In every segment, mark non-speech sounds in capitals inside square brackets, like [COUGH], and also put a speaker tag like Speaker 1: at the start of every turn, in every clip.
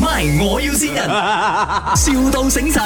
Speaker 1: MY，我要先人，,笑到醒神。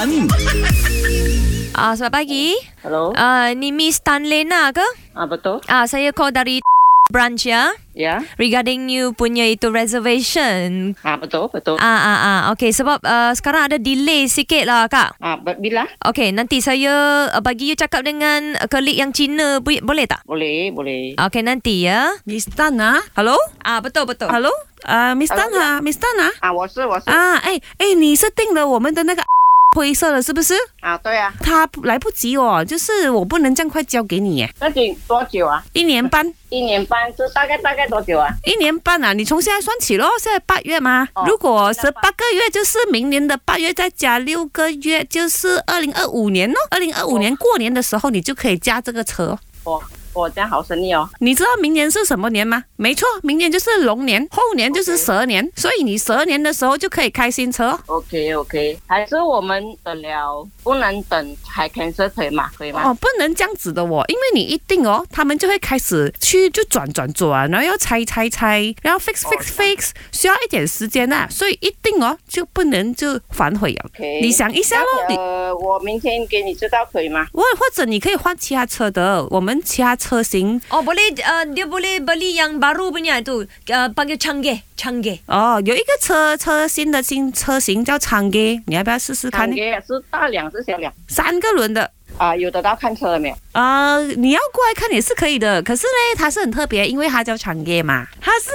Speaker 2: Ah, selamat pagi.
Speaker 3: Hello.
Speaker 2: Ah, ni Miss Tan Lena ke?
Speaker 3: Ah betul.
Speaker 2: Ah, saya call dari [LAUGHS] branch ya.
Speaker 3: Ya.
Speaker 2: Regarding you punya itu reservation.
Speaker 3: Ah betul, betul.
Speaker 2: Ah, ah, ah. Okay, sebab ah, sekarang ada delay sikit lah, Kak.
Speaker 3: Ah be- bila?
Speaker 2: Okay, nanti saya ah, bagi you cakap dengan ah, colleague yang Cina. Bu- Boleh tak?
Speaker 3: Boleh, boleh.
Speaker 2: Okay, nanti ya.
Speaker 4: Miss Tan 啊
Speaker 2: Hello? Ah, betul, betul.
Speaker 4: ，Hello，呃，Miss Tan 啊，Miss Tan 啊，
Speaker 3: 啊，我是我是
Speaker 4: 啊，哎哎，你是订了我们的那个 [LAUGHS] 灰色了是不是？
Speaker 3: 啊，对啊，
Speaker 4: 他来不及哦，就是我不能这样快交给你耶，
Speaker 3: 那你多久啊？
Speaker 4: 一年
Speaker 3: [LAUGHS]
Speaker 4: 半，
Speaker 3: 一年半，这大概大概多久啊？
Speaker 4: 一年半啊，你从现在算起咯，现在八月嘛，
Speaker 3: 哦
Speaker 4: 如果
Speaker 3: 现在
Speaker 4: 十
Speaker 3: 八
Speaker 4: 八个月就是明年的八月，再加六个月就是二零二五年咯，二零二五年过年的时候你就可以加这个车哦。
Speaker 3: 我我这样好生意哦。
Speaker 4: 你知道明年是什么年吗？没错，明年就是龙年，后年就是
Speaker 3: OK
Speaker 4: 蛇年所以你蛇年的时候就可以开新车哦。
Speaker 3: OK OK，还是我们等了，不能等还 cancel 可以吗？可以吗？
Speaker 4: 哦，不能这样子的哦，因为你一定哦，他们就会开始去就转转转，然后要拆拆拆，然后 fix
Speaker 3: 哦
Speaker 4: fix fix，需要一点时间呐、所以一定哦就不能就反悔哦。
Speaker 3: OK
Speaker 4: 你想一下咯，你
Speaker 3: 呃，我明天给你知道可以吗？
Speaker 4: 或或者你可以换其他车的，我们其他车型
Speaker 2: Oh, boleh ah, dia boleh beli yang baru punya tu. Ah, panggil canggih, canggih.
Speaker 4: 哦，有一个车车新的新车型叫长街，你要不要试试看
Speaker 3: 看
Speaker 4: 呢？
Speaker 3: 给是大两是小两
Speaker 4: 三个轮的。
Speaker 3: 啊？有得到看车了没有？
Speaker 4: 呃，你要过来看也是可以的，可是呢，它是很特别，因为它叫长街嘛，它是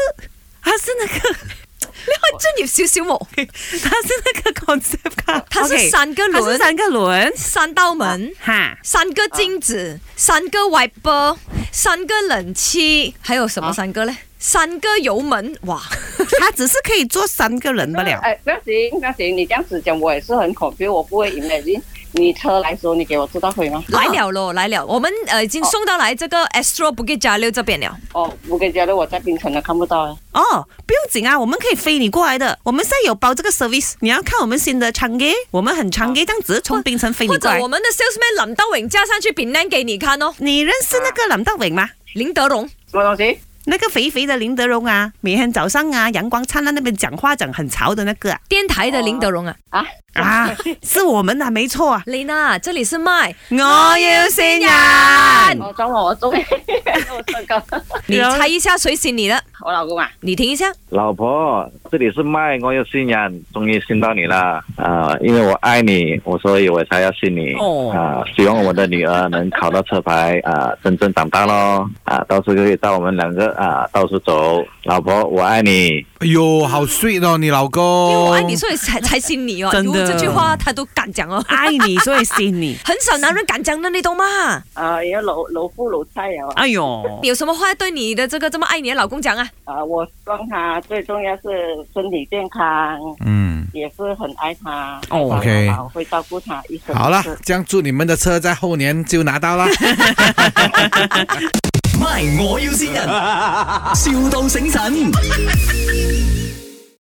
Speaker 4: 它是那个，
Speaker 2: [LAUGHS] Lepas tu ni siu-siu mo.
Speaker 4: [LAUGHS] 它是那个 concept
Speaker 2: [LAUGHS]
Speaker 4: car，
Speaker 2: 它是
Speaker 4: OK，
Speaker 2: 三个轮
Speaker 4: 它是三个轮，
Speaker 2: 三道门。 [LAUGHS]
Speaker 4: 哈，
Speaker 2: 三个镜子，
Speaker 4: 啊
Speaker 2: 三个外包，三个冷气，还有什么
Speaker 3: 啊
Speaker 2: 三个嘞？三个油门，
Speaker 4: [LAUGHS]
Speaker 2: 哇！
Speaker 4: 它只是可以坐三个人不
Speaker 2: [LAUGHS]
Speaker 4: 了。
Speaker 3: 哎，那行那行，你这样子讲，我也是很恐惧，我不会 imagine。你车来的时候，你给我知道可以吗？
Speaker 2: 来了咯，来了，我们呃已经
Speaker 4: 哦
Speaker 2: 送到来这个 Astro Bukit Jalil 这边了。
Speaker 3: 哦，我跟你讲的，我在槟城的看不到哎。
Speaker 4: 哦，不用紧啊，我们可以飞你过来的，我们现在有包这个 service。你要看我们新的长街，我们很长街这样子从槟城飞
Speaker 2: 或
Speaker 4: 你过
Speaker 2: 者
Speaker 4: 来
Speaker 2: 我。们的 salesman 林德荣加上去饼干给你看哦，
Speaker 4: 你认识那个林德荣吗？
Speaker 2: 林德荣
Speaker 3: 什么东西？
Speaker 4: 那个肥肥的林德荣啊，每天早上啊，阳光灿烂那边讲话讲很潮的那个啊，
Speaker 2: 电台的林德荣啊，
Speaker 3: 啊？
Speaker 4: 啊 [LAUGHS] 是我们啊，没错啊。
Speaker 2: 雷娜，这里是麦，
Speaker 4: 我要新人，
Speaker 3: 我中了，哦我中了，啊 [LAUGHS] 我身高，
Speaker 2: 你
Speaker 4: [LAUGHS] 然后
Speaker 2: 猜一下谁是你的？
Speaker 3: 我老公啊，
Speaker 2: 你听一下，
Speaker 5: 老婆，这里是麦，我要信人，终于信到你了啊、因为我爱你，我所以我才要信你啊、
Speaker 4: 哦
Speaker 5: 希望我的女儿能考到车牌啊、真正长大咯啊、到处可以带我们两个啊、到处走。老婆，我爱你。
Speaker 6: 哎呦，好 sweet 哦，你老公。
Speaker 2: 因为我爱你，所以才才信你哦。
Speaker 4: [LAUGHS] 真
Speaker 2: 如
Speaker 4: 的
Speaker 2: 果这句话他都敢讲哦，
Speaker 4: 爱你所以信你。
Speaker 2: 很少男人敢讲的，你懂吗？
Speaker 4: 哦
Speaker 3: 啊，要老老夫老妻了啊，
Speaker 4: 哎呦，
Speaker 2: 有什么话对你的这个这么爱你的老公讲啊？
Speaker 3: 啊，我希望他最重要是身体健康，
Speaker 6: 嗯，
Speaker 3: 也是很爱他，
Speaker 4: 哦
Speaker 3: 爱他
Speaker 6: OK
Speaker 3: 我会照顾他一生。
Speaker 6: 好了，这样祝你们的车在后年就拿到了。
Speaker 1: MY，我要先人，,笑到醒神。